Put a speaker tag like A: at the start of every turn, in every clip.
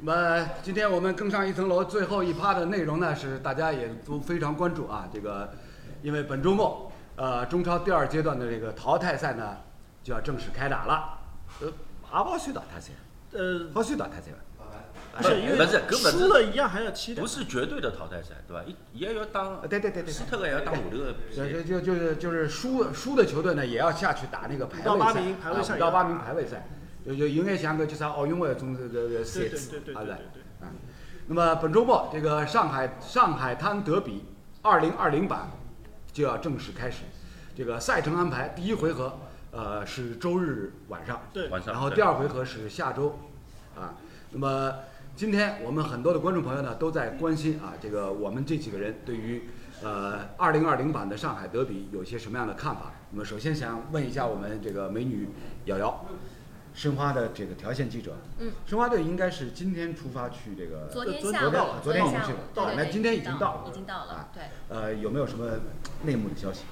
A: 那今天我们更上一层楼最后一趴的内容呢，是大家也都非常关注啊。这个，因为本周末，呃，中超第二阶段的这个淘汰赛呢，就要正式开打了。呃，阿宝去打他先，
B: 呃，
A: 好去打他先。
B: 不是因为
C: 不是根本是
B: 输了一样还啊要期待
C: 不。是绝对的淘汰赛，对吧？一也要打
A: 呃，对对对对，
C: 斯特个也要打下头个比
A: 就
C: 赛
A: 就。就就是就是输输的球队呢，也要下去打那个排
B: 五到
A: 位
B: 八
A: 赛，
B: 名排位赛
A: 啊
B: 也
A: 五到
B: 要
A: 八
B: 打
A: 名排位赛，就就应该像个就像奥运会中这个个
B: 对
A: 赛
B: 对
A: 制
B: 对对对
A: 啊
B: 对
A: 对
B: 对，
A: 啊。那么本周末这个上海上海滩德比二零二零版就要正式开始，这个赛程安排第一回合呃是周日晚上，
B: 对
C: 晚上
A: 然后
C: 对
A: 第二回合是下周，啊，那么今天我们很多的观众朋友呢都在关心啊，这个我们这几个人对于呃二零二零版的上海德比有些什么样的看法？那么首先想问一下我们这个美女瑶瑶，申花的这个条线记者，
D: 嗯，
A: 申花队应应该是今天出发去这个，
D: 昨
B: 呃
D: 天
B: 昨
D: 下
B: 昨
D: 午
B: 天
A: 到了，昨天已经
D: 下
A: 去
D: 午
A: 了，
D: 对
A: 到了，
D: 对
A: 那
D: 对
A: 今天已经
D: 经
A: 到了，
D: 已经到了
A: 啊，
D: 对。
A: 呃，有没有什么内幕的消息？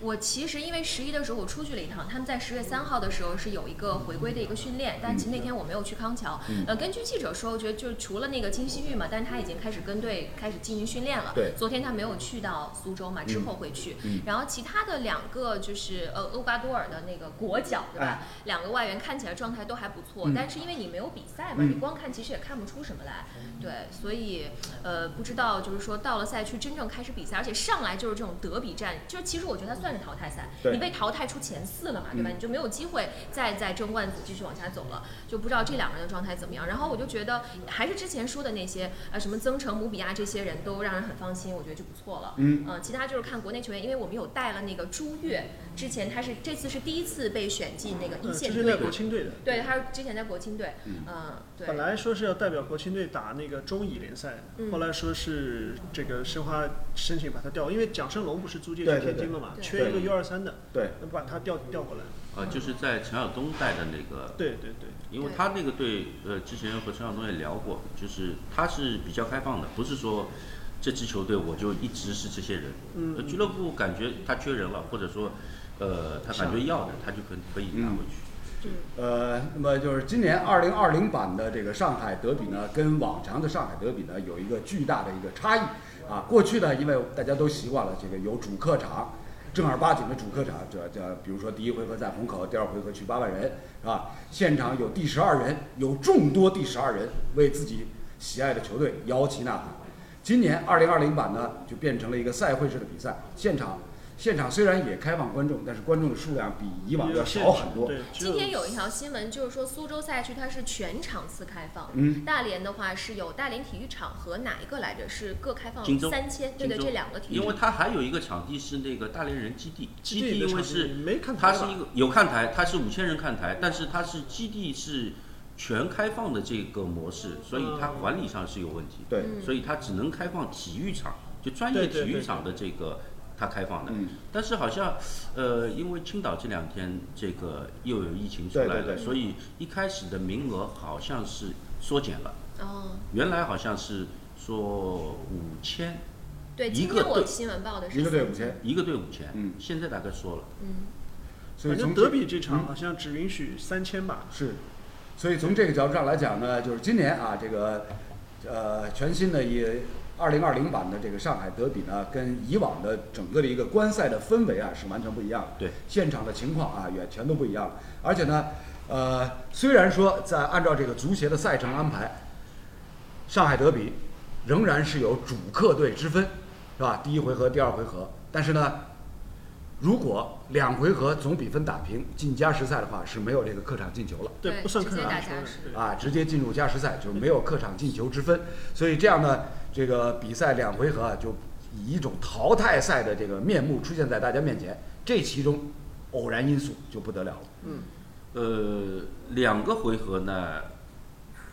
D: 我其实因为十一的时候我出去了一趟，他们在十月三号的时候是有一个回归的一个训练，但其
A: 嗯
D: 实那天我没有去康桥。呃，根据记者说，我觉得就是除了那个金希玉嘛，但是他已经开始跟队开始进行训练了。
A: 对嗯
D: 昨天他没有去到苏州嘛，之后会去。然后其他的两个就是呃厄瓜多尔的那个国脚对
A: 哎
D: 吧？两个外援看起来状态都还不错，但是因为你没有比赛嘛，
A: 嗯
D: 你光看其实也看不出什么来。对，所以呃，不知道就是说到了赛区真正开始比赛，而且上来就是这种德比战，就是其实我觉得它算是淘汰赛，
A: 对嗯
D: 你被淘汰出前四了嘛，对吧？你就没有机会再在争冠组继续往下走了，就不知道这两个人的状态怎么样。然后我就觉得还是之前说的那些呃什么曾诚、姆比亚这些人都让人很放心，我觉得就不错了。
A: 嗯
D: 呃，其他就是看国内球员，因为我们有带了那个朱越，之前他是这次是第一次被选进那个一
B: 嗯这
D: 线
B: 是
D: 队
B: 在
D: 嘛
B: 国，青队的。
D: 对，他是之前在国青队，嗯、对，
B: 本来说是要代表国青队打那个中乙联赛，
D: 嗯
B: 后来说是这个申花申请把他调过，因为蒋胜龙不是租借
A: 对
B: 去
A: 对
B: 天津了嘛，
D: 对
B: 缺一个
C: 对
B: U 二三的，
A: 对，
B: 那把他调调过来。
C: 啊，就是在陈晓东带的那个，
B: 对对对，
C: 因为他那个队，呃，之前和陈晓东也聊过，就是他是比较开放的，不是说这支球队我就一直是这些人。
B: 嗯
C: 呃俱乐部感觉他缺人了，或者说，呃，他感觉要的，他就可以可以拿回
B: 嗯
C: 去。
A: 呃，那么就是今年二零二零版的这个上海德比呢，跟往常的上海德比呢有一个巨大的一个差异啊。过去呢，因为大家都习惯了这个有主客场，正儿八经的主客场，这这比如说第一回合在虹口，第二回合去八万人，是吧？现场有第十二人，有众多第十二人为自己喜爱的球队摇旗呐喊。今年二零二零版呢，就变成了一个赛会式的比赛，现场现场虽然也开放观众，但是观众的数量比以往要少很多。
B: 对，只
D: 今天有一条新闻，就是说苏州赛区它是全场次开放，
A: 嗯
D: 大连的话是有大连体育场和哪一个来着？是各开放
C: 荆州
D: 三千，对对，
C: 荆州
D: 这两个体育
C: 因为
D: 场。
C: 他还有一个场地是那个大连人基地，
B: 基
C: 基
B: 地的
C: 因为
B: 场地
C: 是
B: 没看台
C: 它
B: 吧
C: 是一个有看台，它是五千人看台，但是它是基地是全开放的这个模式，所以它
A: 嗯
C: 管理上是有问题。
A: 对，
D: 嗯
C: 所以它只能开放体育场，就专业体育场的这个它开放的。
A: 嗯
C: 但是好像，呃，因为青岛这两天这个又有疫情出来了，
A: 对对对
C: 所以一开始的名额好像是缩减了，
D: 哦，
C: 原来好像是说五千
D: 对，
C: 一
D: 今
C: 个
D: 天我
C: 队
D: 新闻报的是
A: 一个队
D: 三嗯
A: 五千，
C: 一个队五千，
A: 嗯
C: 现在大概说了，
A: 所以
B: 反
A: 从
B: 正
A: 这
B: 德比这
C: 嗯
B: 场好像只允许三千吧，
A: 是，所以从这个角度上来讲呢，就是今年啊，这个呃全新的一二零二零版的这个上海德比呢，跟以往的整个的一个观赛的氛围啊是完全不一样的。
C: 对，
A: 现场的情况啊也全都不一样了。而且呢，呃，虽然说在按照这个足协的赛程安排，上海德比仍然是有主客队之分，是吧？第一回合、第二回合，但是呢，如果两回合总比分打平进加时赛的话，是没有这个客场进球了。
D: 对
B: 不算
D: 直
B: 客
D: 接
B: 场
D: 打
B: 说
D: 加
B: 的
D: 时
B: 对
A: 啊，直接进入加时赛，就是没有客场进球之分。所以这样呢，这个比赛两回合啊，就以一种淘汰赛的这个面目出现在大家面前。这其中偶然因素就不得了了。
C: 呃，两个回合呢，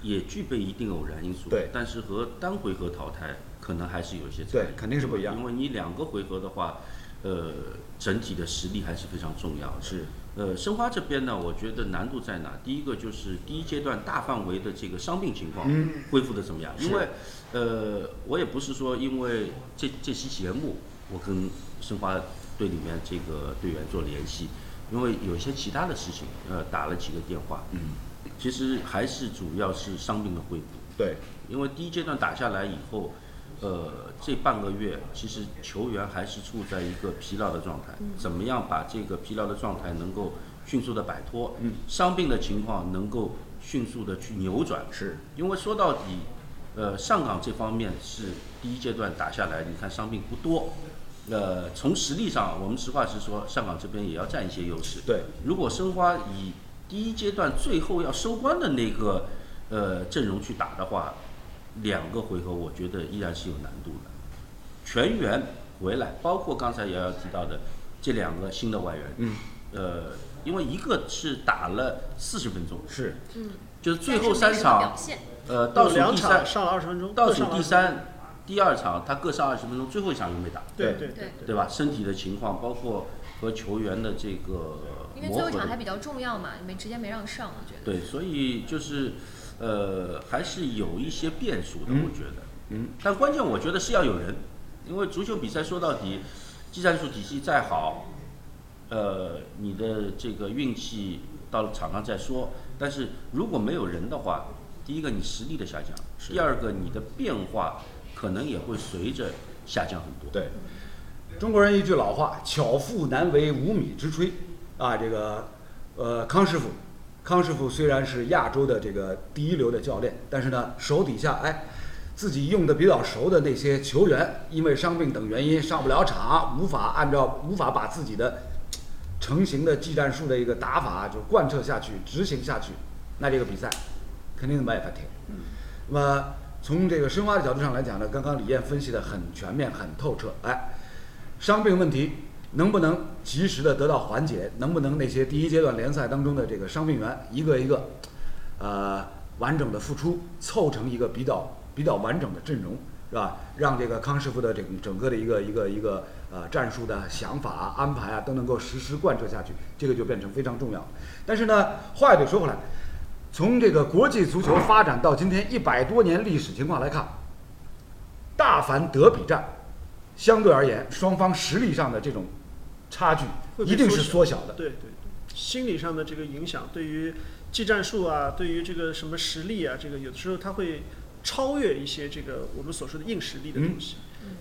C: 也具备一定偶然因素，
A: 对
C: 但是和单回合淘汰可能还是有一些差
A: 对
C: 异，
A: 肯定是不一样
C: 因为你两个回合的话，呃，整体的实力还是非常重要的。
A: 是，
C: 呃，申花这边呢，我觉得难度在哪？第一个就是第一阶段大范围的这个伤病情况恢复的怎么样？因为，呃，我也不是说因为这这期节目我跟申花队里面这个队员做联系，因为有一些其他的事情，呃，打了几个电话，嗯，其实还是主要是伤病的恢复。
A: 对，
C: 因为第一阶段打下来以后，呃，这半个月其实球员还是处在一个疲劳的状态，怎么样把这个疲劳的状态能够迅速的摆脱，
A: 嗯
C: 伤病的情况能够迅速的去扭转，
A: 是
C: 因为说到底，呃，上港这方面是第一阶段打下来，你看伤病不多。呃，从实力上，我们实话实说，上港这边也要占一些优势。
A: 对，
C: 如果申花以第一阶段最后要收官的那个呃阵容去打的话，两个回合我觉得依然是有难度的。全员回来，包括刚才瑶瑶提到的这两个新的外援，
A: 嗯，
C: 呃，因为一个是打了四十分钟，
A: 是，
C: 就是最
D: 嗯但
C: 后
D: 是
C: 三
D: 没什么
C: 场
D: 表，现
C: 呃，倒数
B: 有两
C: 第
B: 场
C: 三，
B: 上了二十分钟，
C: 倒
B: 各
C: 数
B: 上了20
C: 第
B: 分钟，
C: 三、第二场他各上二十分钟，最后一场又没打，
B: 对
A: 对
B: 对对
C: 对吧？身体的情况，包括和球员的这个
D: 因为最
C: 磨
D: 后一
C: 合
D: 场还
C: 的，
D: 比较重要嘛，没直接没让上，我觉得。
C: 对，所以就是呃，还是有一些变数的，
A: 嗯
C: 我觉得。
A: 嗯，
C: 但关键我觉得是要有人，因为足球比赛说到底，技战术体系再好，呃，你的这个运气到了场上再说。但是如果没有人的话，第一个你实力的下降，第二个你的变化可能也会随着下降很多。
A: 对。中国人一句老话，巧妇难为无米之炊，啊，这个，呃，康师傅，康师傅虽然是亚洲的这个第一流的教练，但是呢，手底下哎，自己用的比较熟的那些球员，因为伤病等原因上不了场，无法按照无法把自己的成型的技战术的一个打法就贯彻下去、执行下去，那这个比赛肯定没办法踢。那么从这个申花的角度上来讲呢，刚刚李艳分析的很全面、很透彻。哎，伤病问题能不能及时的得到缓解？能不能那些第一阶段联赛当中的这个伤病员一个一个，呃，完整的复出，凑成一个比较比较完整的阵容，是吧？让这个康师傅的整整个的一个一个一个呃战术的想法啊、安排啊都能够实施贯彻下去，这个就变成非常重要。但是呢，话又得说回来。从这个国际足球发展到今天一百多年历史情况来看，大凡德比战，相对而言，双方实力上的这种差距
B: 会被
A: 一定是缩
B: 缩
A: 小的。
B: 对对对，心理上的这个影响对于技战术啊，对于这个什么实力啊，这个有的时候它会超越一些这个我们所说的硬实力的东西。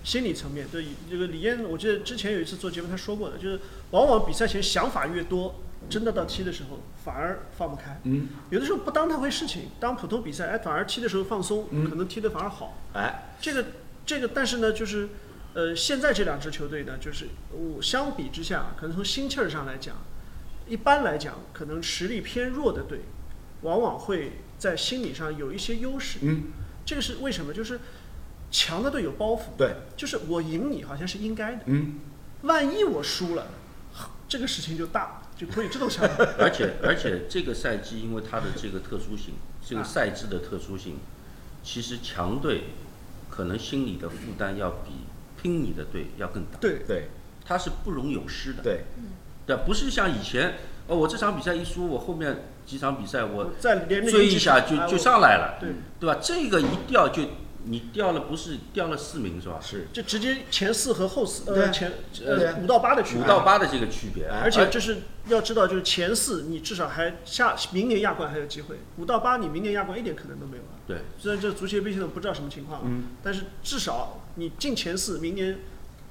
B: 心理层面，对这个李艳，我记得之前有一次做节目，他说过的，就是往往比赛前想法越多，真的到踢的时候反而放不开。
A: 嗯，
B: 有的时候不当他回事情，当普通比赛，哎，反而踢的时候放松，
A: 嗯
B: 可能踢得反而好。
A: 哎，
B: 这个这个，但是呢，就是呃，现在这两支球队呢，就是我相比之下，可能从心气儿上来讲，一般来讲，可能实力偏弱的队，往往会在心理上有一些优势。
A: 嗯，
B: 这个是为什么？就是强的队有包袱，
A: 对，
B: 就是我赢你好像是应该的，
A: 嗯，
B: 万一我输了，这个事情就大了，就会有这种想法。
C: 而且而且这个赛季因为它的这个特殊性，这个赛制的特殊性，其实强队可能心理的负担要比拼你的队要更大，
B: 对，
A: 对
C: 它是不容有失的。
A: 对，
C: 对，不是像以前哦，我这场比赛一输，我后面几场比赛我
B: 再连着
C: 追
B: 几
C: 一下
B: 场
C: 就
B: 哎
C: 就
B: 我
C: 上来了，
B: 对，
C: 对吧？这个一掉就你掉了，不是掉了四名是吧？
A: 是
B: 就直接前四和后四，
A: 对
B: 呃，
A: 啊
B: 前
A: 对啊
B: 呃五到八的区
C: 五
B: 别。
C: 到八的这个区别，
A: 哎
B: 而且这是要知道，就是前四你至少还下明年亚冠还有机会，五到八你明年亚冠一点可能都没有了。
C: 对，
B: 虽然这足协杯现在不知道什么情况，
A: 嗯，
B: 但是至少你进前四，明年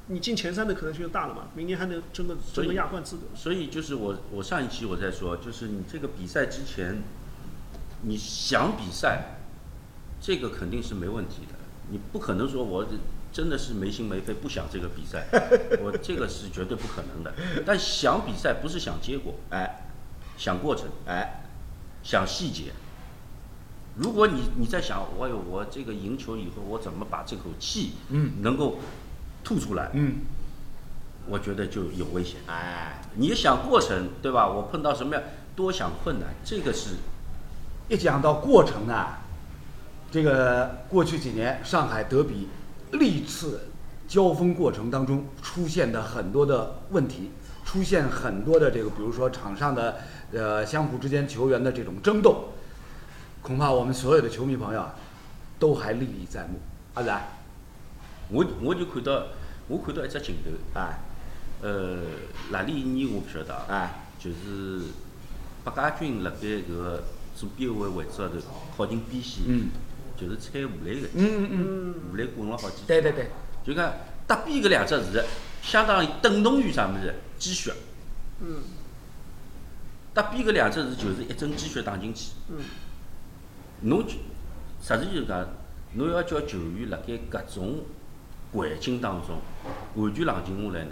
B: 你进前三的可能性就大了嘛，明年还能争个争
C: 所以
B: 个亚冠资格。
C: 所以就是我我上一期我在说，就是你这个比赛之前，你想比赛，这个肯定是没问题的，你不可能说我真的是没心没肺不想这个 比赛，我这个是绝对不可能的。但想比赛不是想结果，
A: 哎
C: 想过程，
A: 哎，
C: 想细节。如果你你在想，哎呦，我这个赢球以后，我怎么把这口气，
A: 嗯，
C: 能够吐出来，
A: 嗯，
C: 我觉得就有危险。
A: 哎，
C: 你想过程对吧？我碰到什么样，多想困难，这个是
A: 一讲到过程啊，这个过去几年上海德比历次交锋过程当中出现的很多的问题，出现很多的这个，比如说场上的呃相互之间球员的这种争斗，恐怕我们所有的球迷朋友啊，都还历历在目。阿仔，
C: 我我就看到我看到一只镜头，
A: 哎
C: 呃，哪里一年我不晓得啊，
A: 哎，
C: 就是白家军辣盖搿个左边位位置高头靠近边线，
A: 嗯，
C: 就是猜五类个，
A: 嗯嗯嗯，
C: 五类滚了好几。
A: 对对。对，
C: 就讲搭边搿两只字，相当于等同于啥物事？鸡血。
B: 嗯
C: 搭边搿两只字就是一针鸡血打进去。
B: 嗯
C: 侬就实际就是讲，侬要叫球员辣盖搿种环境当中完全冷静下来呢，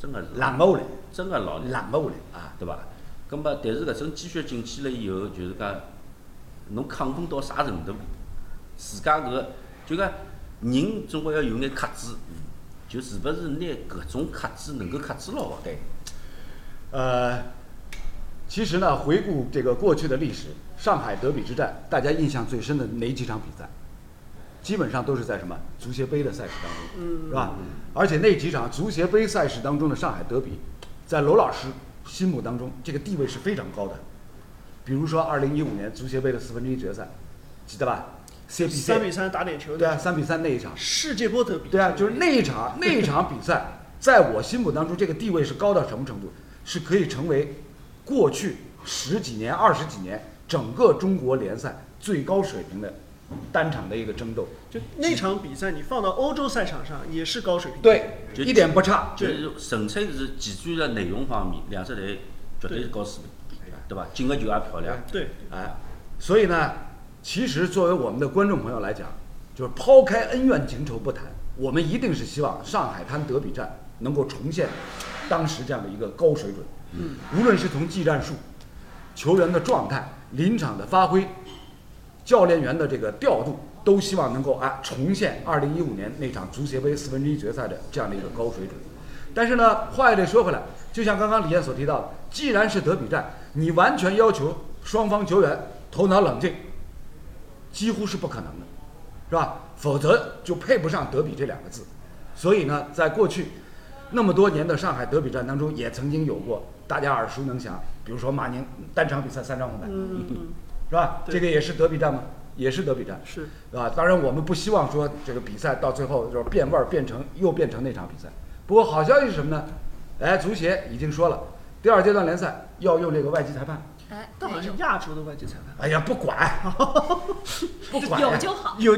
C: 真个是
A: 冷不下
C: 真个老难。
A: 来，冷不下来啊。
C: 啊，对伐？咁么，但是搿种积血进去了以后，就是讲，侬亢奋到啥程度，自家搿个就讲，人总归要有眼克制，就是勿是拿搿种克制能够克制牢个。
A: 对，呃，其实呢，回顾这个过去的历史，上海德比之战，大家印象最深的哪几场比赛？基本上都是在什么足协杯的赛事当中，
B: 嗯
A: 是吧？而且那几场足协杯赛事当中的上海德比，在娄老师心目当中，这个地位是非常高的。比如说，二零一五年足协杯的四分之一决赛，记得吧？CBC
B: 三比三打点球
A: 对
B: 的
A: 啊，三比三那一场，
B: 世界波德比。
A: 对啊，就是那一场那一场比赛，在我心目当中，这个地位是高到什么程度？是可以成为过去十几年、二十几年整个中国联赛最高水平的单场的一个争斗。
B: 就那场比赛，你放到欧洲赛场上也是高水平。
A: 对，
C: 就
A: 一点不差。
C: 就是纯粹是技战术内容方面，两只队绝对是高水平，对伐？进个球也漂亮。
B: 对，
A: 哎，所以呢，其实作为我们的观众朋友来讲，就是抛开恩怨情仇不谈，我们一定是希望上海滩德比战能够重现当时这样的一个高水准。嗯，无论是从技战术、球员的状态、临场的发挥、教练员的这个调度，都希望能够啊重现2015年那场足协杯四分之一决赛的这样的一个高水准。但是呢，话又得说回来，就像刚刚李燕所提到的，既然是德比战，你完全要求双方球员头脑冷静，几乎是不可能的，是吧？否则就配不上“德比”这两个字。所以呢，在过去那么多年的上海德比战当中，也曾经有过大家耳熟能详，比如说马宁单场比赛三张红牌，
B: 嗯嗯，
A: 是吧？
B: 对
A: 这个也是德比战吗？也是德比战，
B: 是
A: 对吧？当然，我们不希望说这个比赛到最后就是变味儿，变成又变成那场比赛。不过好消息是什么呢？哎，足协已经说了，第二阶段联赛要用这个外籍裁判。
D: 哎，
B: 但好像亚洲的外籍裁判
A: 哎呀，不管，不管，
D: 有就好。
B: 有，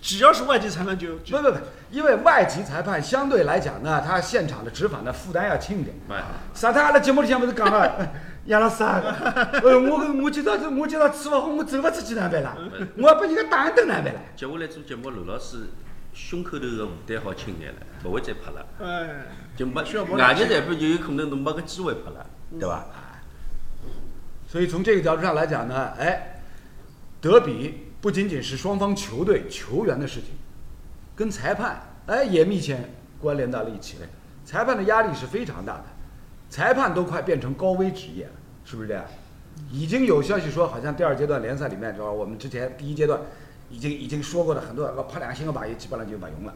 B: 只要是外籍裁判就
A: 不
B: 就
A: 不不，因为外籍裁判相对来讲呢，他现场的执法呢负担要轻一点。
C: 哎，
A: 啥？他阿拉节目里向不是讲了，亚拉啥？呃，我我今朝我今朝吃勿好，我走勿出去哪办啦？我要把人家打一顿哪办啦？
C: 接下来做节目，刘老师胸口头个负担好轻眼了，勿会再拍了。
B: 哎，
C: 就没嗯
B: 需要磨
C: 外
B: 练
C: 籍代表就有可能侬没搿机会拍了，对伐？
A: 嗯所以从这个角度上来讲呢，哎，德比不仅仅是双方球队球员的事情，跟裁判哎也密切关联到了一起来。裁判的压力是非常大的，裁判都快变成高危职业了，是不是这样？已经有消息说，好像第二阶段联赛里面，就是我们之前第一阶段已经已经说过的很多，老拍两星个把也基本上就没用了。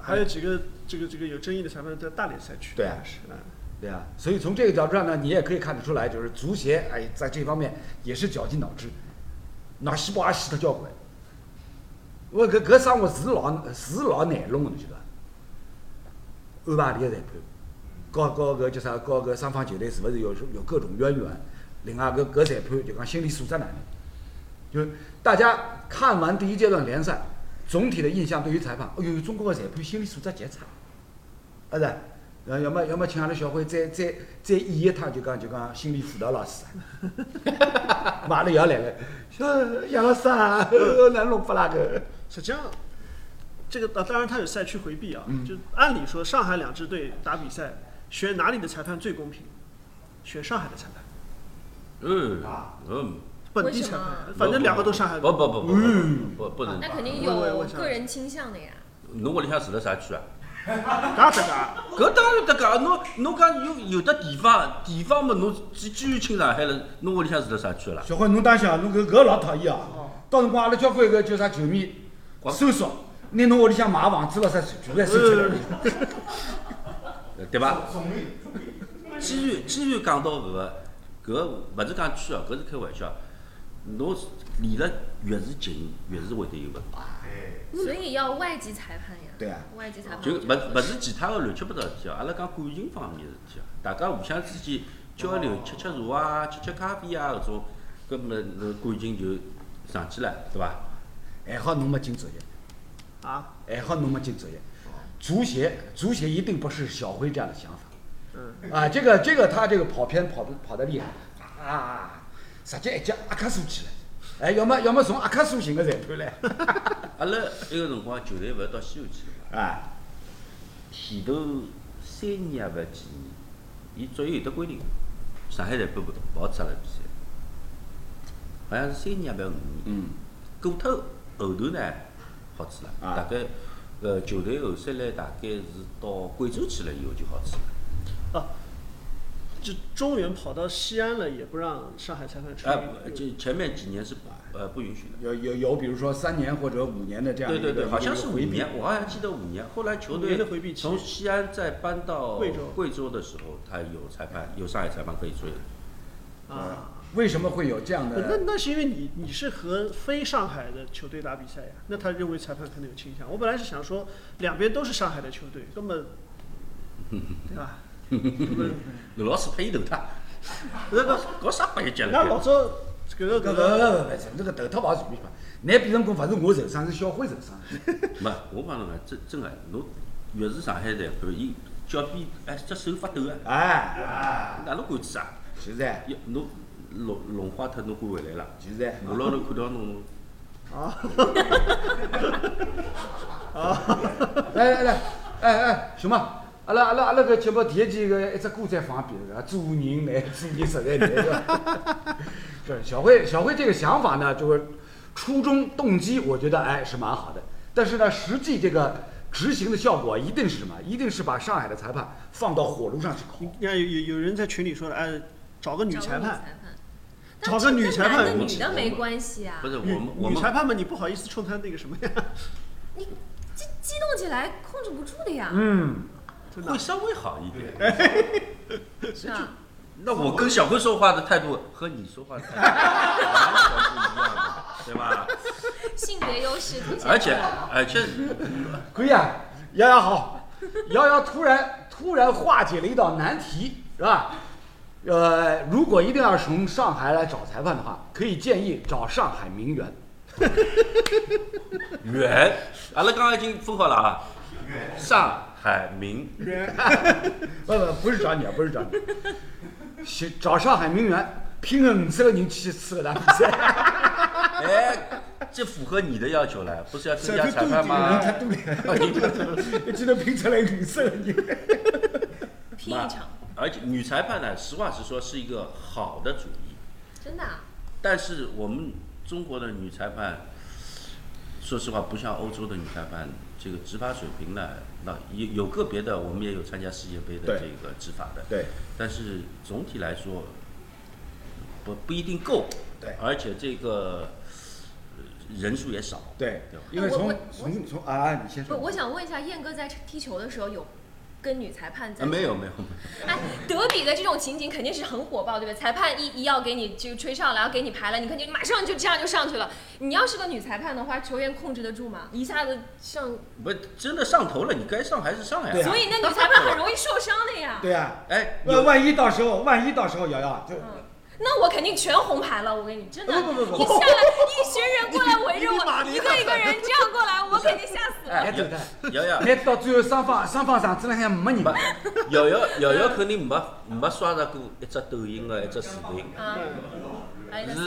B: 还有几个这个这个有争议的裁判在大连赛区。
A: 对啊
B: 是啊，
A: 对啊，所以从这个角度上呢，你也可以看得出来，就是足协哎，在这方面也是绞尽脑汁，脑细胞也死脱交关。我搿搿生活是老是老难弄的，你晓得伐？安排里个裁判，搞搞搿叫啥？搞搿双方球队是勿是有有各种渊源？另外搿搿裁判就讲心理素质哪能？就是大家看完第一阶段联赛，总体的印象对于裁判，哎哟，中国的裁判心理素质极差，啊是，呃，要么要么请阿拉小辉再再再演一趟，就讲就讲心理辅导老师啊，嘛阿拉也要来了， 说杨老师啊，哪弄不啦个？
B: 实际上。这个啊当当然，他有赛区回避啊。
C: 嗯
B: 就按理说，上海两支队打比赛，选哪里的裁判最公平？选上海的裁判，
C: 嗯，嗯，
B: 本地裁
D: 为什
B: 判，反正两个都上海。
C: 不不不不不不不能
D: 那肯定
B: 我我
D: 有
B: 我想
D: 个人倾向的呀。
C: 侬屋里向住了啥区啊？
B: 嘎嘎嘎！
C: 搿当然得讲，侬侬讲有有的地方地方嘛，侬既居然进上海了，侬屋里向住了啥区啦？
A: 小辉，侬当心啊，侬搿搿老讨厌啊！到辰光阿拉交关个叫啥球迷
C: 光
A: 搜索，拿侬屋里向买房子了啥全部来搜出来。
C: 呃对伐？既然既然讲到搿个，搿个勿是讲区哦，搿是开玩笑。侬离了越是近，越是会得有个，
D: 所以要外籍裁判呀。
A: 对啊
D: 外籍裁判
C: 就
D: 我觉得
C: 勿勿是其他个乱七八糟的事体哦，阿拉讲感情方面的事体哦，大家互相之间交流，吃吃茶啊，吃吃咖啡啊，搿种，搿么呃感情就上去了，对伐？
A: 还好侬没进职业，
B: 啊，
A: 还好侬没进职业。足协，足协一定不是小辉这样的想法
B: 嗯，
A: 啊！这个这个他这个跑偏跑的跑得厉害啊，直接一脚阿卡苏去了。哎，要么要么从阿卡苏型的裁判 来，
C: 阿拉埃个辰光球队勿是到西安去了嘛，
A: 啊，
C: 前头三年也勿几年，伊足协有得规定，上海裁判勿勿好出来比赛，好像是三年也勿五年。
A: 嗯
C: 过脱后头呢，好处了，
A: 啊
C: 大概呃球队后三来大概是到贵州去了以后就好处了。
B: 啊，这中原跑到西安了，也不让上海裁判吹。
C: 啊，不这前面几年是不呃不允许的。
A: 有有有，比如说三年或者五年的这样的
C: 对
A: 一个
C: 对对，好像是五
A: 回避
C: 年，我好像记得五年。后来球
B: 五年
C: 队
B: 的回避期
C: 从西安再搬到
B: 贵州
C: 贵州的时候，他有裁判，有上海裁判可以追。
B: 啊，
A: 为什么会有这样
B: 不那
A: 的？
B: 那是因为你你是和非上海的球队打比赛呀，那他认为裁判可能有倾向。我本来是想说，两边都是上海的球队，根 本，对 吧？
C: 刘老师拍伊头他，
B: 那个
C: 搞啥八一级
B: 那老
C: 了？
B: 早这个
A: 不不不
B: 这个
A: 不不，这个头套勿好随便讲。你比成功勿是我受伤，是小辉受伤。
C: 没，我帮侬讲，真真个，侬越是上海裁判，伊脚边哎只手发抖啊，
A: 哎，
C: 哪能管制啊？
A: 就是噻，
C: 一侬弄弄坏脱侬赶回来了，
A: 就是噻。
C: 我老头看到侬，
A: 来来来，哎哎，熊猫，阿拉阿拉阿拉搿节目第一期搿一只歌再放一遍， 是吧做人难，做人实在难是吧。对， 小慧小慧这个想法呢，就是初衷动机，我觉得哎是蛮好的，但是呢，实际这个执行的效果一定是什么？一定是把上海的裁判放到火炉上去烤。
B: 你看有有有人在群里说了，哎，找个女裁判，找
D: 找个
B: 个
D: 女
B: 女
D: 裁
B: 裁
D: 判
B: 判
D: 但是跟男的
C: 我
D: 女的没关系啊
C: 不，是我
B: 女
C: 们我
B: 女裁
C: 们
B: 判们，你不好意思冲他那个什么呀？
D: 你激激动起来控制不住的呀，
A: 嗯，
B: 真的
C: 会
B: 啊，
C: 稍微好一点。
D: 是吧？
C: 那我跟小辉说话的态度和你说话的态度完全不一样的，对吧？
D: 性别优势凸显出来
C: 而且
D: 了
C: 而且
A: 可以啊，瑶瑶好，瑶瑶突然突然化解了一道难题，是吧？呃，如果一定要从上海来找裁判的话，可以建议找上海名媛。
C: 远，阿拉刚刚已经分好了啊，上海名
A: 不不，不是找你啊，不是找你，是找上海名媛，拼了五十个人去四个打 比赛，
C: 哎，这符合你的要求了，不是要增加裁判吗？
A: 太多了，一记头拼出来五十个人。
D: 拼一场，
C: 而且女裁判呢，实话实说是一个好的主意，
D: 真的啊，
C: 但是我们中国的女裁判，说实话不像欧洲的女裁判，这个执法水平呢，那有有个别的我们也有参加世界杯的
A: 对
C: 这个执法的，
A: 对，
C: 但是总体来说不不一定够，
A: 对
C: 而且这个呃人数也少，
A: 对
C: 对吧，
A: 因为
D: 我我
A: 从
D: 我
A: 从从啊，你先
D: 不，
A: 说。
D: 我想问一下，燕哥在踢球的时候有跟女裁判在
C: 啊，没有没有，没有
D: 哎，德比的这种情景肯定是很火爆，对不对？裁判一一要给你就吹上来，要给你排了，你肯定马上就这样就上去了。你要是个女裁判的话，球员控制得住吗？一下子上，
C: 不真的上头了，你该上还是上呀？
A: 对啊
D: 所以那女裁判很容易受伤的呀。
A: 对啊，
C: 哎，
A: 万
C: 有
A: 万一到时候，万一到时候瑶瑶就
D: 嗯，那我肯定全红牌了，我跟你真的，
A: 不不不不
D: 一下来一群人过来围着
B: 你你马
D: 我，
B: 里
D: 一个一个人这样过来，我肯定吓死了。
A: 哎
C: 哎
A: 对的
C: 瑶 瑶。
A: 那到最后双方双方场子里向没人
C: 没，瑶瑶瑶瑶肯定没没刷着过一只抖音的一只视频，
D: 啊，来来
C: 是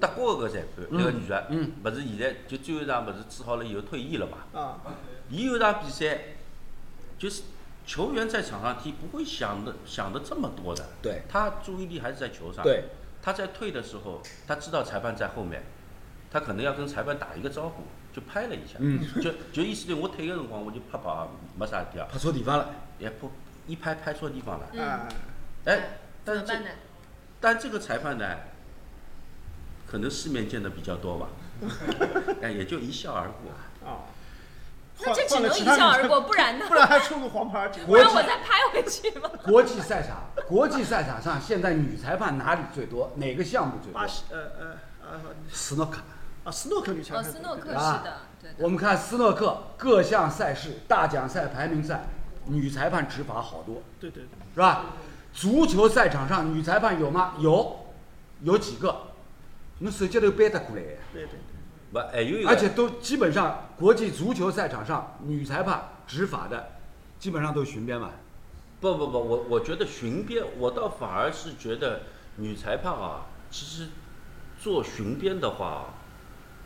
C: 德国的个裁判，那个女的，
A: 嗯
C: 勿是现在就最后一场勿是治好了以后退役了嘛？
B: 啊，
D: 嗯
C: 伊有一场比赛，就是球员在场上踢不会想的想的这么多的，
A: 对
C: 他注意力还是在球上。
A: 对，
C: 他在退的时候，他知道裁判在后面，他可能要跟裁判打一个招呼，就拍了一下，
A: 嗯
C: 就就意思就是我退的辰光我就拍拍啊，没啥事体啊，
A: 拍错地方了。
C: 也不一拍拍错地方了，
B: 哎，
C: 哎，
D: 嗯怎
C: 但
D: 么
C: 是这
D: 办呢？
C: 但这个裁判呢，可能世面见的比较 多吧，哎，也就一笑而过。
B: 啊，
D: 那
B: 换
D: 这只
B: 换了
D: 能
B: 其
D: 一
B: 他
D: 笑
B: 女
D: 而
B: 裁
D: 过，不然 呢
B: 判，不？然还出个黄牌儿，结
D: 不
B: 果
D: 然 我再拍回去 吧。
A: 国际赛场，国际赛场上现在女裁判哪里最多？哪个项目最多
B: 巴？西呃呃呃
A: 斯诺克。
B: 啊斯诺克女裁
D: 哦，
B: 判，
D: 斯诺克是
A: 啊
D: 的，对的。
A: 我们看斯诺克各项赛事、大奖赛、排名赛，女裁判执法好多，
B: 对对对，
A: 是吧？足球赛场上女裁判有吗？有，有几个？侬手脚头掰得过来的。
B: 对对，
C: 不，还有一个，
A: 而且都基本上国际足球赛场上女裁判执法的，基本上都是巡边嘛。
C: 不不不，我我觉得巡边，我倒反而是觉得女裁判啊，其实做巡边的话、啊、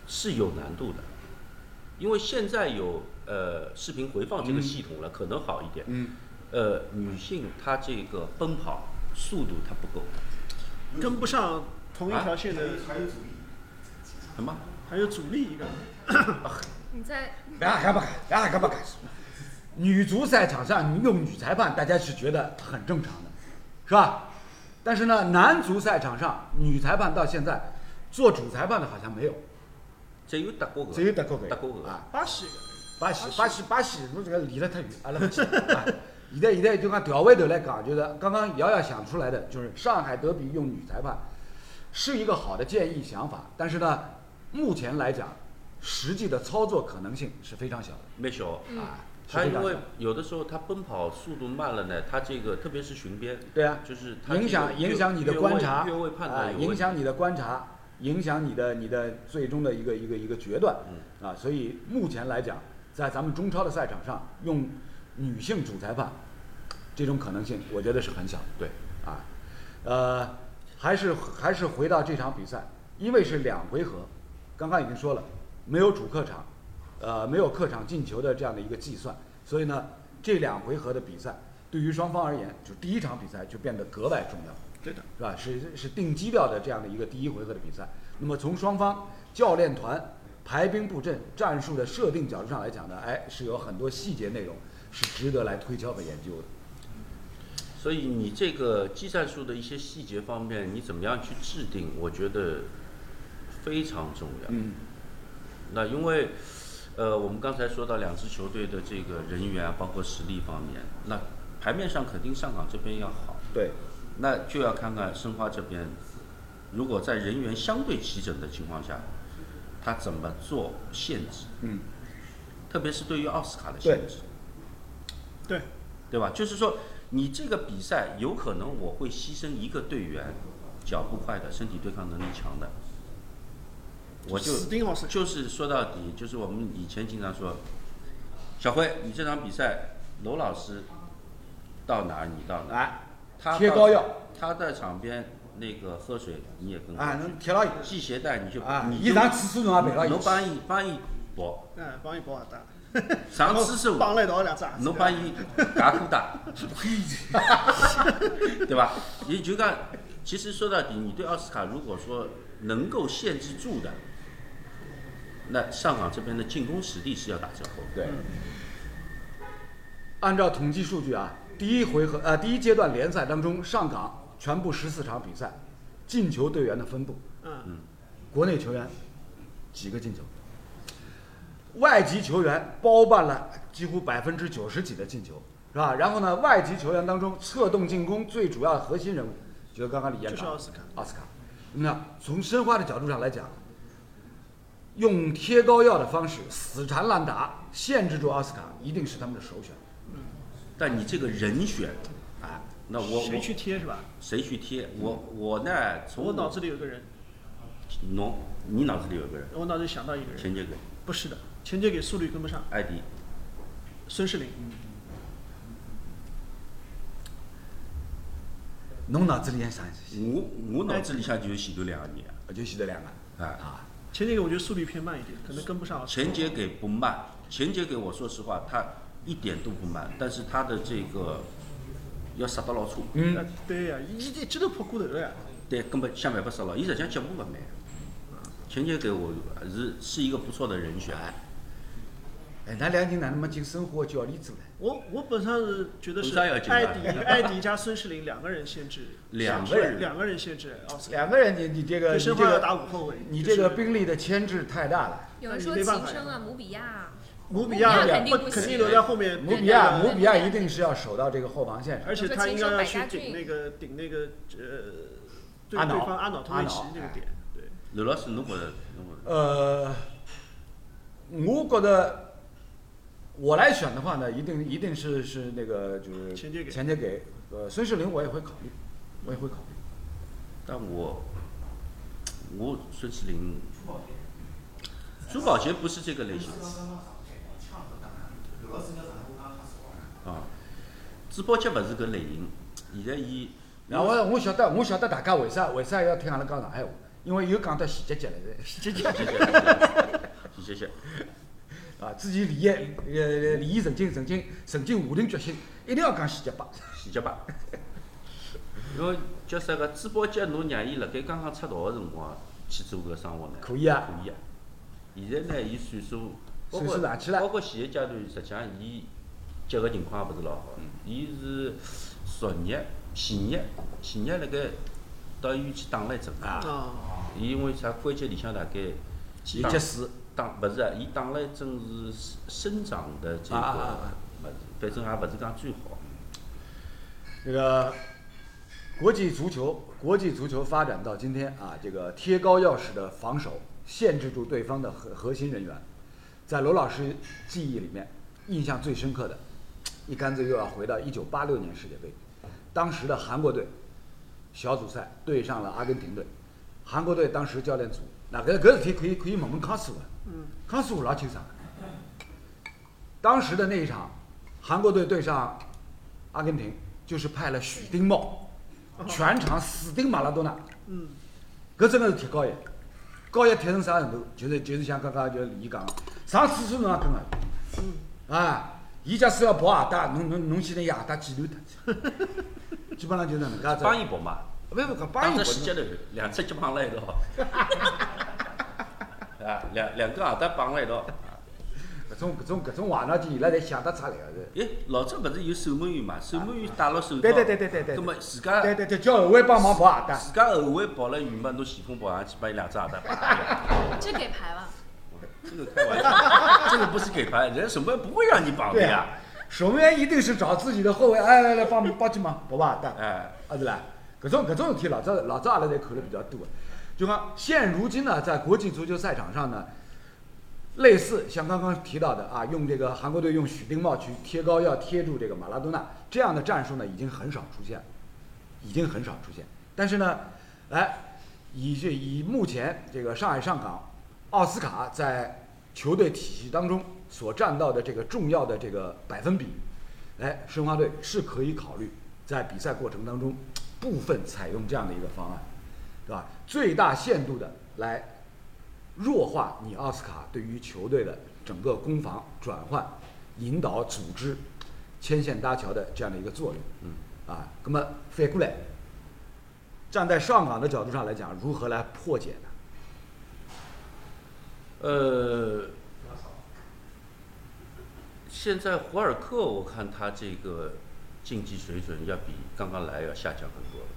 C: 是有难度的，因为现在有呃视频回放这个系统了，可能好一点。
A: 嗯，
C: 呃，女性她这个奔跑速度她不够，
B: 跟不上同一条线的，
C: 什么？
B: 还有阻力一个。
D: 你在
A: 啊，干不干？啊，干不干？女足赛场上用女裁判，大家是觉得很正常的，是吧？但是呢，男足赛场上女裁判到现在做主裁判的好像没有，
C: 只有德国个，
A: 只有德国个。
C: 德国个
A: 啊，
B: 巴西
A: 巴西，巴西，巴西，侬这个离了太远，阿拉不去。啊现在现在就讲调回头来讲，就是刚刚瑶瑶想出来的，就是上海德比用女裁判是一个好的建议想法，但是呢，目前来讲，实际的操作可能性是非常小的
C: 没哦小。
A: 啊。是
C: 她
A: 非常
C: 因
A: 小
C: 为
A: 的
C: 有的时候她奔跑速度慢了呢，她这个特别是巡边，
A: 对啊，
C: 就是她
A: 影响
C: 这个
A: 影响你的
C: 越
A: 观察，
C: 越位越位判
A: 啊
C: 断有问题
A: 影响你的观察，影响你的你的最终的一个一个一个决断，
C: 嗯
A: 啊，所以目前来讲，在咱们中超的赛场上，用女性主裁判这种可能性，我觉得是很小的
C: 对，
A: 啊，呃，还是还是回到这场比赛，因为是两回合，刚刚已经说了，没有主客场，呃，没有客场进球的这样的一个计算，所以呢，这两回合的比赛对于双方而言，就第一场比赛就变得格外重要。
B: 对的，
A: 是吧？是是定基调的这样的一个第一回合的比赛。那么从双方教练团排兵布阵、战术的设定角度上来讲呢，哎，是有很多细节内容是值得来推敲和研究的。
C: 所以你这个技战术的一些细节方面，你怎么样去制定？我觉得非常重要。
A: 嗯
C: 那因为，呃，我们刚才说到两支球队的这个人员啊，包括实力方面，那牌面上肯定上港这边要好，
A: 对，
C: 那就要看看申花这边，如果在人员相对齐整的情况下，他怎么做限制，
A: 嗯，
C: 特别是对于奥斯卡的限制，
B: 对，
C: 对吧？就是说，你这个比赛有可能我会牺牲一个队员，脚步快的，身体对抗能力强的，我就
B: 死盯好谁。
C: 就是说到底，就是我们以前经常说，小辉，你这场比赛，娄老师到哪儿你到哪儿，
A: 哎，
C: 他
A: 贴
C: 到
A: 膏药，
C: 他在场边那个喝水，你也跟过
A: 啊，
C: 去
A: 侬贴了
C: 系鞋带你就
A: 啊，
C: 你
A: 伊
C: 就
A: 上次数侬也赔了
C: 侬
A: 一
C: 帮伊帮伊跑，
B: 哎，帮伊保下打，
C: 上次是
B: 帮了一道两只鞋子，
C: 侬帮伊打裤打， 对吧？也就讲，其实说到底，你对奥斯卡如果说能够限制住的，那上港这边的进攻实力是要打折扣的。
A: 对。按照统计数据啊，第一回合呃第一阶段联赛当中，上港全部十四场比赛，进球队员的分布，
B: 嗯，
A: 国内球员几个进球，外籍球员包办了几乎百分之九十几的进球，是吧？然后呢，外籍球员当中策动进攻最主要的核心人物，就是刚刚李彦
B: 就是
A: 达
B: 奥，斯卡。
A: 奥斯卡。那从申花的角度上来讲，用贴膏药的方式死缠烂打，限制住奥斯卡，一定是他们的首选。
C: 但你这个人选，
A: 啊，
C: 那我
B: 谁
C: 我
B: 去贴是吧？
C: 谁去贴？我我呢？从
B: 我脑子里有个人，
C: 侬你脑子里有个人，
B: 我脑子里想到一个人，
C: 钱杰给
B: 不是的，钱杰给速率跟不上，
C: 艾迪，
B: 孙世林，
A: 侬脑子里想啥？
C: 我我脑子里向就是前头两个人
A: 我就记得两个
C: 啊。
A: 啊，
B: 钱杰给我觉得速率偏慢一点，可能跟不上。
C: 钱杰给不慢，钱杰给我说实话，他一点都不慢，但是他的这个要杀到老粗，
B: 啊，
A: 嗯
B: 对呀，一一记头扑过头了呀。
C: 对，根本想办法杀牢，伊实际上脚步不慢。钱杰给我是是一个不错的人选，
A: 哎，那两个人哪能没进申花的教练组呢？
B: 我我本上是觉得
C: 为
B: 是
C: 啥要进
B: 艾
C: 来
B: 迪 艾迪加孙世林两个人限制，
C: 两
A: 个人
B: 两个人限制奥斯卡，
A: 两个人，你你这个
B: 对
A: 你这
B: 申花要打
A: 个
B: 五后卫，
A: 你
B: 就
A: 这
B: 是
A: 个兵力的牵制太大了。
D: 有人
B: 那
D: 说
B: 你没
D: 琴
B: 办法
D: 声
B: 呀
D: 啊，姆比亚，
B: 姆比
D: 姆
B: 亚
D: 比亚肯定
B: 不
D: 不
B: 肯定
D: 行
B: 留在后面，
A: 姆
D: 对
A: 比
D: 对
A: 亚，
D: 对
A: 姆比亚一定是要守到这个后防线上。
B: 而且他应该要去顶那个顶那个呃，对
A: 阿瑙
B: 对方阿瑙托维奇
A: 阿瑙哎
B: 那个点，对，
C: 刘老师侬觉得侬觉得
A: 呃，我觉得我来选的话呢，一定一定是是那个就是
B: 钱杰给
A: 钱杰给呃孙世林，我也会考虑，我也会考虑。
C: 但我我孙启林，朱宝杰不是这个类型。啊，朱宝杰勿是搿类型，现在伊，
A: 然后我晓得，我晓得大家为啥为啥要听阿拉讲上海话，因为又讲到徐杰杰了，
C: 谢谢谢谢谢谢，
A: 啊，之前李艳呃李毅曾经曾经曾经下定决心，一定要讲徐杰吧。
C: 徐杰吧。因为叫啥个朱宝杰，侬让伊辣盖刚刚出道个辰光去做搿生活呢？
A: 可以啊
C: 可以啊。现在呢，伊岁数，包
A: 岁数
C: 括
A: 上去了
C: 包括现在阶段，实际上伊结合情况也勿是老好。
A: 嗯
C: 伊是昨日、前日、前日辣盖到医院去打了一针。
B: 啊，
C: 伊因为啥关节里向大概
A: 有结石，
C: 打勿是啊，伊打了一针是生长的这个
A: 啊啊啊啊
C: 物事，反正也勿是讲最好。
A: 那个国际足球，国际足球发展到今天啊，这个贴膏药式的防守限制住对方的核核心人员，在罗老师记忆里面，印象最深刻的，一竿子又要回到一九八六年世界杯，当时的韩国队小组赛对上了阿根廷队，韩国队当时教练组，那搿搿事体可以可以问问康师傅，
B: 嗯，
A: 康师傅老清爽的。当时的那一场，韩国队对上阿根廷，就是派了许丁茂，全场死盯马拉多纳，
B: 嗯，
A: 搿真的是踢高一，高一踢成啥程度？就是就是像刚刚就是伊讲的，上厕所侬也跟啊，啊，伊假使要跑鞋带，侬侬侬先拿伊鞋带剪断脱，基本上就是能介
C: 帮
A: 子。
C: 伊跑嘛，
A: 不不不，
C: 打
A: 帮伊
C: 只死结头，两只脚绑辣一道， 啊，两两根鞋带绑辣一道。
A: 搿种搿种搿种坏脑筋，伊拉侪想得出来个是。
C: 哎，老早勿是有守门员嘛？守门员戴牢手套，
A: 啊对对对对对对
C: 葛末自
A: 对
C: 家
A: 对对，叫后卫帮忙跑鞋带。
C: 自家后卫跑了远嘛，侬前锋跑啊上去把伊两只鞋带绑上去。
D: 这给牌吧。
C: 这个开玩笑，这个不是给牌，人家守门员不会让你绑的
A: 对
C: 呀
A: 啊。，守门员一定是找自己的后卫，哎来来帮帮去忙，好吧？带，
C: 哎，
A: 啊对啦，搿种搿种事体老早老早阿拉侪看了比较多的，就讲现如今呢，在国际足球赛场上呢，类似像刚刚提到的啊，用这个韩国队用许丁茂去贴膏药贴住这个马拉多纳这样的战术呢，已经很少出现了，已经很少出现。但是呢，哎，以这以目前这个上海上港奥斯卡在球队体系当中所占到的这个重要的这个百分比，哎，申花队是可以考虑在比赛过程当中部分采用这样的一个方案，是吧？最大限度的来弱化你奥斯卡对于球队的整个攻防转换、引导、组织、牵线搭桥的这样的一个作用。
C: 嗯，
A: 啊，那么反过来，站在上港的角度上来讲，如何来破解呢？
C: 呃，现在胡尔克，我看他这个竞技水准要比刚刚来要下降很多了。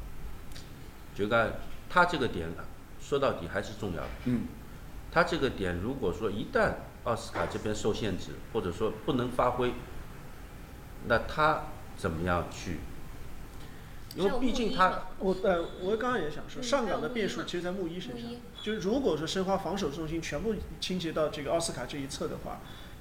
C: 就看他这个点啊，说到底还是重要的。
A: 嗯
C: 他这个点，如果说一旦奥斯卡这边受限制，或者说不能发挥，那他怎么样去？因为毕竟他
B: 我呃，我刚刚也想说，
D: 嗯
B: 上港的
D: 还有
B: 变
D: 穆伊
B: 数
D: 嘛
B: 其实在穆伊身
D: 穆
B: 上
D: 伊，
B: 就是如果说申花防守重心全部倾斜到这个奥斯卡这一侧的话，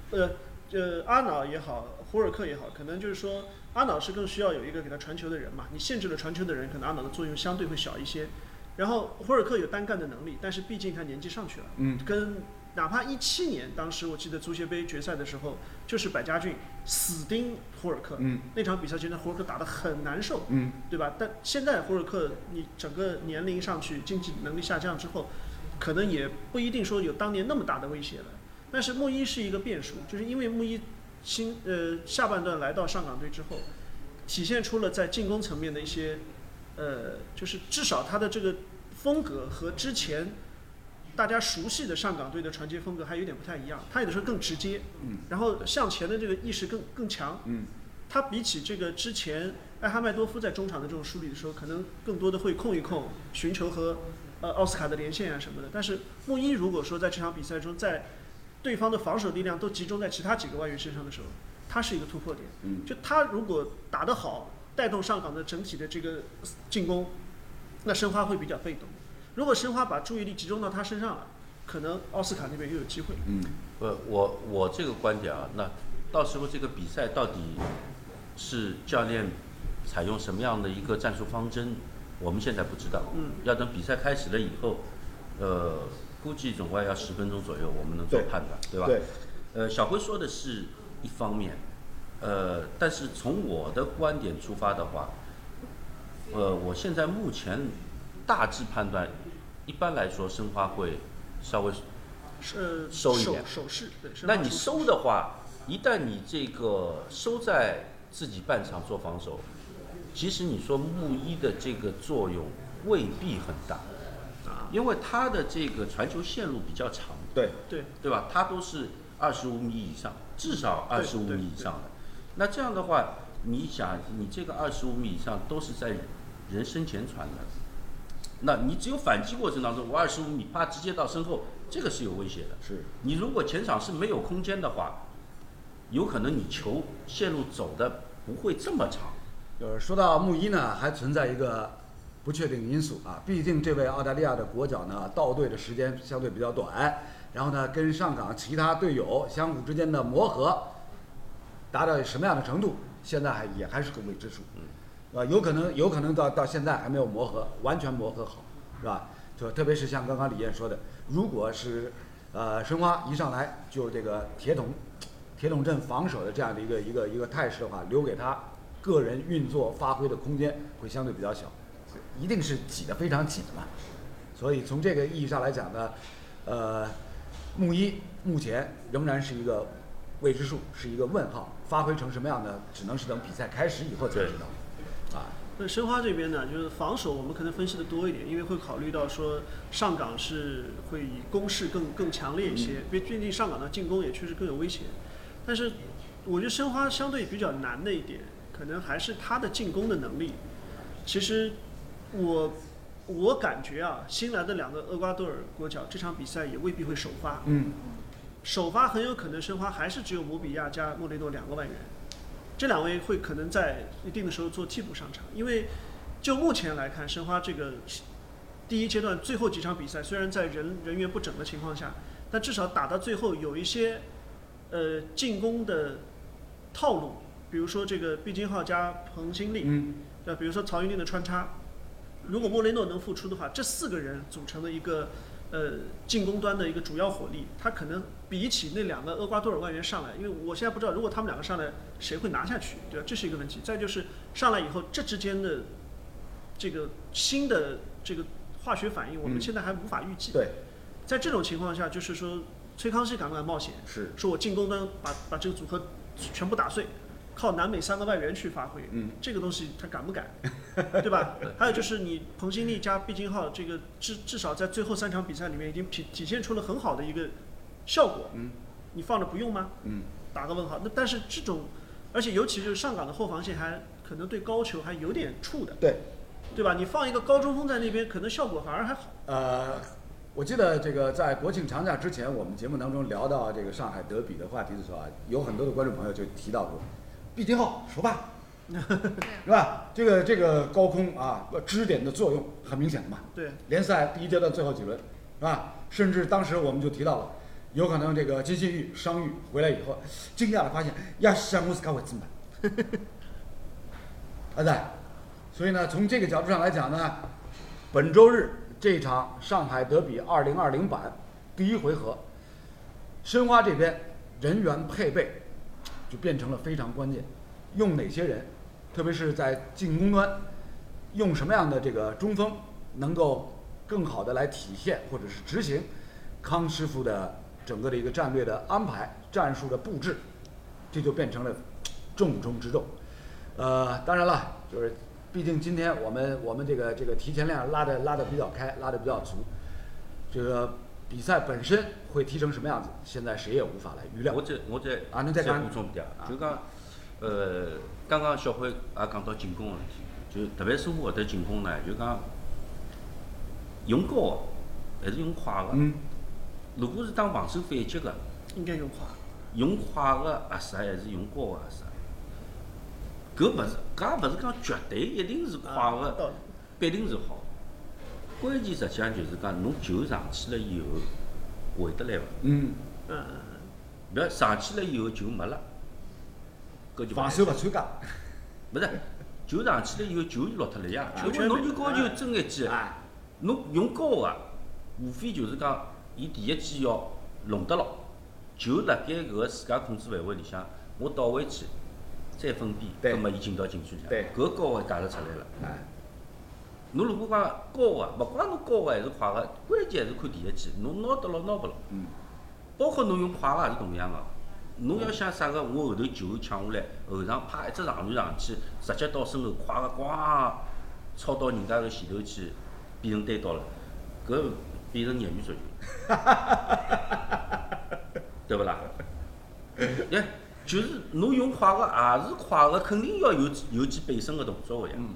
B: 呃呃，阿瑙也好，胡尔克也好，可能就是说阿瑙是更需要有一个给他传球的人嘛，你限制了传球的人，可能阿瑙的作用相对会小一些。然后胡尔克有单干的能力，但是毕竟他年纪上去了，
A: 嗯，
B: 跟哪怕一七年当时我记得足协杯决赛的时候，就是百家俊死盯胡尔克，
A: 嗯
B: 那场比赛真的胡尔克打得很难受，
A: 嗯，
B: 对吧？但现在胡尔克你整个年龄上去，经济能力下降之后，可能也不一定说有当年那么大的威胁了。但是穆伊是一个变数，就是因为穆伊新呃下半段来到上港队之后，体现出了在进攻层面的一些呃，就是至少他的这个风格和之前大家熟悉的上港队的传接风格还有点不太一样。他有的时候更直接，
A: 嗯，
B: 然后向前的这个意识更更强，
A: 嗯
B: 他比起这个之前艾哈迈多夫在中场的这种梳理的时候，可能更多的会控一控，寻求和呃奥斯卡的连线啊什么的。但是穆伊如果说在这场比赛中，在对方的防守力量都集中在其他几个外援身上的时候，他是一个突破点。
A: 嗯
B: 就他如果打得好，带动上港的整体的这个进攻，那申花会比较被动。如果申花把注意力集中到他身上了，可能奥斯卡那边又有机会。
A: 嗯
C: 呃，我我这个观点啊，那到时候这个比赛到底是教练采用什么样的一个战术方针，我们现在不知道。
B: 嗯，
C: 要等比赛开始了以后，呃，估计总共要十分钟左右，我们能做
A: 对
C: 判断，对吧？
A: 对，
C: 呃，小辉说的是一方面，呃，但是从我的观点出发的话，呃，我现在目前大致判断，一般来说申花会稍微，
B: 是
C: 收一
B: 首
C: 点
B: 首饰，对，是
C: 那
B: 吧
C: 你收的话，一旦你这个收在自己半场做防守，其实你说木一的这个作用未必很大，
B: 啊，
C: 因为他的这个传球线路比较长，
A: 对，
B: 对，
C: 对吧？它都是二十五米以上，至少二十五
B: 对
C: 米以上的。那这样的话，你想，你这个二十五米以上都是在人身前传的，那你只有反击过程当中，我二十五米啪直接到身后，这个是有威胁的。
A: 是，
C: 你如果前场是没有空间的话，有可能你球线路走的不会这么长。
A: 就是呃说到穆伊呢，还存在一个不确定因素啊，毕竟这位澳大利亚的国脚呢，到队的时间相对比较短，然后呢，跟上港其他队友相互之间的磨合，达到什么样的程度，现在还也还是个未知数，啊，有可能有可能到到现在还没有磨合，完全磨合好，是吧？就特别是像刚刚李艳说的，如果是呃申花一上来就这个铁桶铁桶阵防守的这样的一个一个一个态势的话，留给他个人运作发挥的空间会相对比较小，一定是挤得非常紧的嘛。所以从这个意义上来讲呢，呃，木一目前仍然是一个未知数，是一个问号，发挥成什么样呢？只能是等比赛开始以后才知道。啊，
B: 那申花这边呢，就是防守我们可能分析的多一点，因为会考虑到说上港是会以攻势更更强烈一些，因为毕竟上港的进攻也确实更有威胁。但是我觉得申花相对比较难的一点，可能还是他的进攻的能力。其实我我感觉啊，新来的两个厄瓜多尔国脚这场比赛也未必会首发，
A: 嗯，
B: 首发很有可能申花还是只有姆比亚加莫雷诺两个外援，这两位会可能在一定的时候做替补上场，因为就目前来看，申花这个第一阶段最后几场比赛，虽然在人人员不整的情况下，但至少打到最后有一些呃进攻的套路，比如说这个毕金浩加彭新立，
A: 嗯，
B: 对，比如说曹云定的穿插，如果莫雷诺能复出的话，这四个人组成的一个呃进攻端的一个主要火力，他可能比起那两个厄瓜多尔外援上来，因为我现在不知道如果他们两个上来谁会拿下去，对吧？这是一个问题。再就是上来以后，这之间的这个新的这个化学反应，我们
A: 嗯
B: 现在还无法预计。
A: 对，
B: 在这种情况下，就是说崔康熙敢不敢冒险？
A: 是，
B: 说我进攻端把把这个组合全部打碎，靠南美三个外援去发挥，
A: 嗯，
B: 这个东西他敢 不敢，对吧？还有就是你彭新立加毕金浩这个至至少在最后三场比赛里面已经体体现出了很好的一个效果，
A: 嗯，
B: 你放着不用吗？
A: 嗯，
B: 打个问号。那但是这种，而且尤其就是上港的后防线还可能对高球还有点怵的，
A: 对，
B: 对吧？你放一个高中锋在那边，可能效果反而还好。
A: 呃，我记得这个在国庆长假之前，我们节目当中聊到这个上海德比的话题的时候啊，有很多的观众朋友就提到过，毕金浩首发，是吧？这个这个高空啊，支点的作用很明显的嘛。
B: 对，
A: 联赛第一阶段最后几轮，是吧？甚至当时我们就提到了，有可能这个金信玉伤愈回来以后，惊讶的发现亚山姆斯卡维兹曼， 阿仔，所以呢，从这个角度上来讲呢，本周日这场上海德比2020版第一回合，申花这边人员配备就变成了非常关键，用哪些人，特别是在进攻端，用什么样的这个中锋能够更好的来体现或者是执行康师傅的整个的一个战略的安排、战术的布置，这就变成了重中之重。呃，当然了，就是毕竟今天我们我们这个这个提前量拉的拉的比较开，拉的比较足，这个比赛本身会踢成什么样子，现在谁也无法来预料
C: 我。再我再
A: 啊侬再讲
C: 补充一点
A: 啊，
C: 就讲呃，刚刚小辉也讲到进攻个问题，就特别是我的进攻呢，就讲用高个还是用快个。
A: 嗯，
C: 如果是打防守反击个，
B: 应该用化。
C: 用快个合适还是用高个合适？搿勿是搿也勿是讲绝对一定是快
B: 啊
C: 个，
B: 道理
C: 必定是好。关键实际上就是讲，侬球上去了以后，回得来伐？
A: 嗯，
B: 嗯嗯。嗯
C: 勿要上去了以后球没了，搿就勿
A: 防
C: 来
A: 守
C: 塞
A: 勿参加。
C: 勿是，球上去了以后球就落脱了呀
B: 啊。
C: 因为侬就高球争一记
A: 哎，
C: 侬用高个，无非就是讲，伊第一季要弄得牢，就辣盖搿个自家控制范围里向，我倒回去再分辨，
A: 对
C: 葛末伊进到禁区里向
A: 对，
C: 搿高个打得出来了。
A: 哎，
C: 侬如果讲高个，勿管侬高个啊还是快个，关键还是看第一季，侬拿得牢拿勿牢。
A: 嗯，
C: 包括侬用快啊个也是同样个、侬要想啥个，我后头球抢下来，后场啪一只长传上去，直接到身后快个呱，抄到人家个前头去，变成单刀了，搿变成业 余足球，对勿啦？ 哎，就是侬用快个也是快个，肯定要有有记背身个动作个呀。
A: 嗯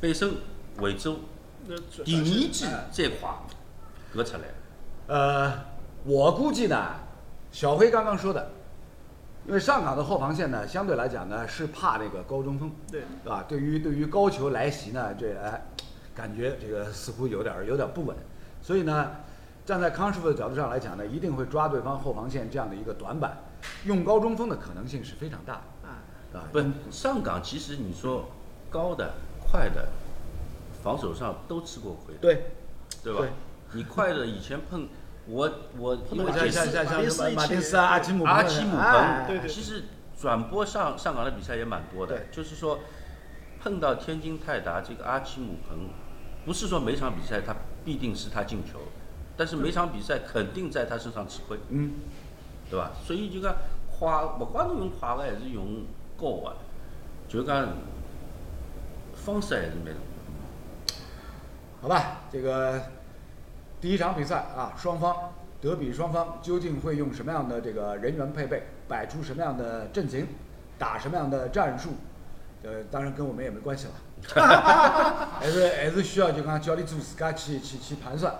C: 背身为主，
B: 那转
C: 第二季
A: 哎
C: 再快，搿出来。
B: 嗯
A: 呃，我估计呢，小辉刚刚说的，因为上港的后防线呢，相对来讲呢是怕那个高中锋，
B: 对
A: 对吧？对于对于高球来袭呢，这哎，感觉这个似乎有点儿有点儿不稳，所以呢，站在康师傅的角度上来讲呢，一定会抓对方后防线这样的一个短板，用高中锋的可能性是非常大
B: 啊，
A: 的，啊，
C: 不，上港其实你说高的、快的，防守上都吃过亏，
A: 对，
C: 对吧
A: 对？
C: 你快的以前碰 我我因
B: 马
C: 为
A: 像
B: 丁斯
A: 像像
B: 马丁斯
A: 像
B: 一
A: 马丁
B: 起
A: 斯啊、阿基姆彭
C: 阿基姆
A: 哎
C: 彭，
B: 对对
C: 其实转播上上港的比赛也蛮多的
A: 对，
C: 就是说碰到天津泰达这个阿基姆彭，不是说每场比赛他必定是他进球，但是每场比赛肯定在他身上吃亏。
A: 嗯，
C: 对伐？所以就讲快，勿管侬用快个还是用高个，就讲方式还是蛮重要。
A: 好吧，这个第一场比赛啊，双方德比双方究竟会用什么样的这个人员配备，摆出什么样的阵型，打什么样的战术？呃，当然跟 我们也没关系了，还是还是需要就讲教练组自家去去去盘算。